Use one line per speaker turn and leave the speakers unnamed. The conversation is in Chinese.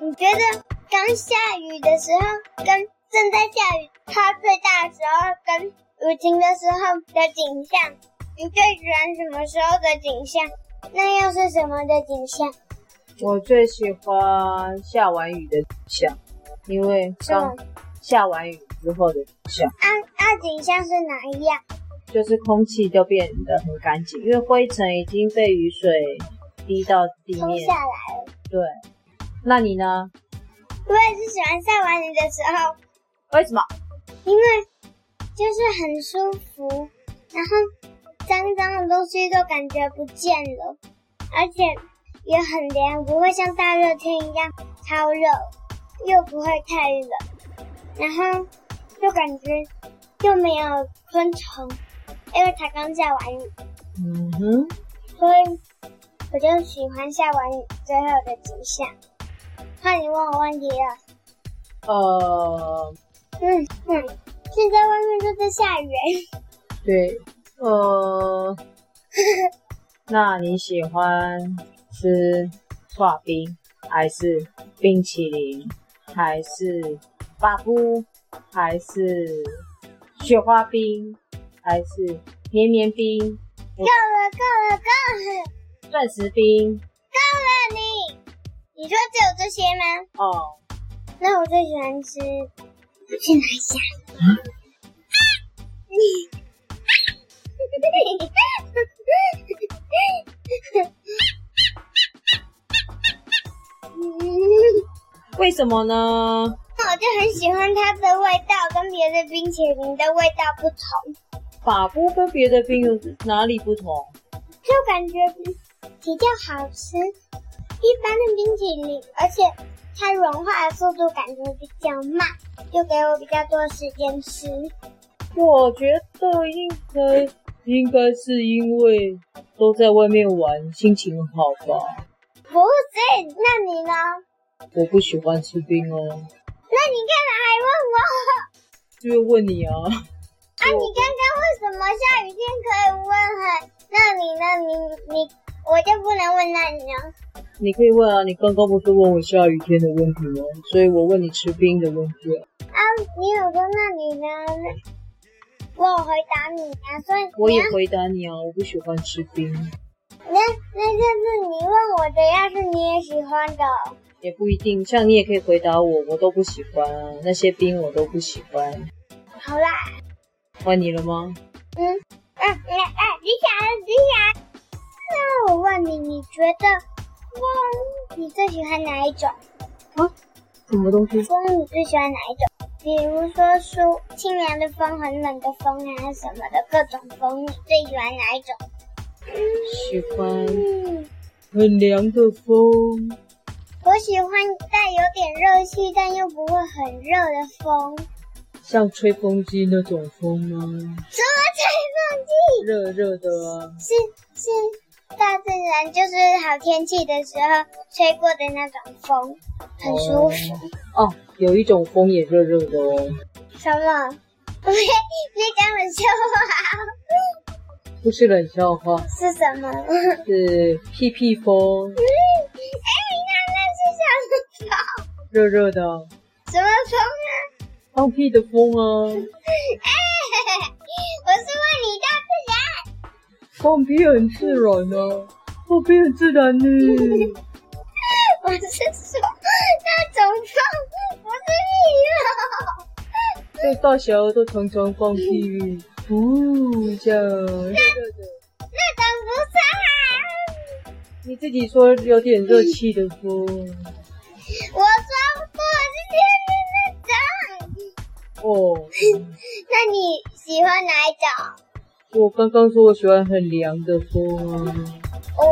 你觉得刚下雨的时候跟正在下雨，它最大的时候跟雨停的时候的景象，你最喜欢什么时候的景象？那又是什么的景象？
我最喜欢下完雨的景象，因为刚下完雨之后的景象，
啊啊，景象是哪一样？
就是空气就变得很干净，因为灰尘已经被雨水滴到地
冲
面
下。来了。
对，那你呢？
我也是喜欢下完雨的时候，
为什么？
因为就是很舒服，然后脏脏的东西都感觉不见了，而且也很凉，不会像大热天一样超热，又不会太冷，然后就感觉又没有昆虫，因为才刚下完雨，
嗯哼，
所以哎我就喜欢下完雨之后的景象。那你问我问题了。
呃，
嗯，嗯，现在外面都在下雨，
对，呃，那你喜欢吃刨冰还是冰淇淋，还是巴布，还是雪花冰，还是绵绵冰、
够了，够了，够了，
钻石
够
冰？
了你！你说只有这些吗？
哦，
那我最喜欢吃，我去拿一下。你 嗯
为什么呢？
我就很喜欢它的味道，跟别的冰淇淋的味道不同。
法布跟别的冰有哪里不同？
就感觉比较好吃。一般的冰淇淋，而且它融化的速度感觉比较慢，就给我比较多时间吃。
我觉得应该应该是因为都在外面玩，心情好吧。
不是，那你呢？
我不喜欢吃冰哦，
那你干嘛还问我？
就是问你啊。
啊，你刚刚为什么下雨天可以问很？那你呢？你你我就不能问那你呢？
你可以问啊，你刚刚不是问我下雨天的问题吗？所以我问你吃冰的问题啊。
啊，你有说那你呢？那我回答你啊，所以你
我也
要
回答你啊，我不喜欢吃冰，
那那就是你问我的，要是你也喜欢的。
也不一定。像你也可以回答我，我都不喜欢啊，那些冰我都不喜欢。
好啦，
换你了吗？
嗯嗯，哎、嗯、哎，李想李想，那我问你，你觉得风你最喜欢哪一种？
什么东西？
风你最喜欢哪一种？比如说舒清凉的风、很冷的风啊什么的，各种风你最喜欢哪一种？
喜欢
嗯，
很凉的风。
我喜欢带有点热气但又不会很热的风，
像吹风机那种风吗？
什么吹风机？
热热的啊，
是是大自然就是好天气的时候吹过的那种风，很舒服。
哦，有一种风也热热的哦，
什么？别别讲冷笑话，
不是冷笑话，
是什么？哎，那
是屁屁风，
那是什么风？
热热的啊，
什么风啊？
放屁的风啊，
哎，我是问你大自然。
放屁很自然啊，放屁很自然呢。
我是说那种风，不哦是
这大小都常常放屁，不像热热的。
你哦，那种不啊是
你自己说有点热气的风
啊。我说不是那种。
哦，
那你喜欢哪一种？
我刚刚说我喜欢很凉的风啊。
哦。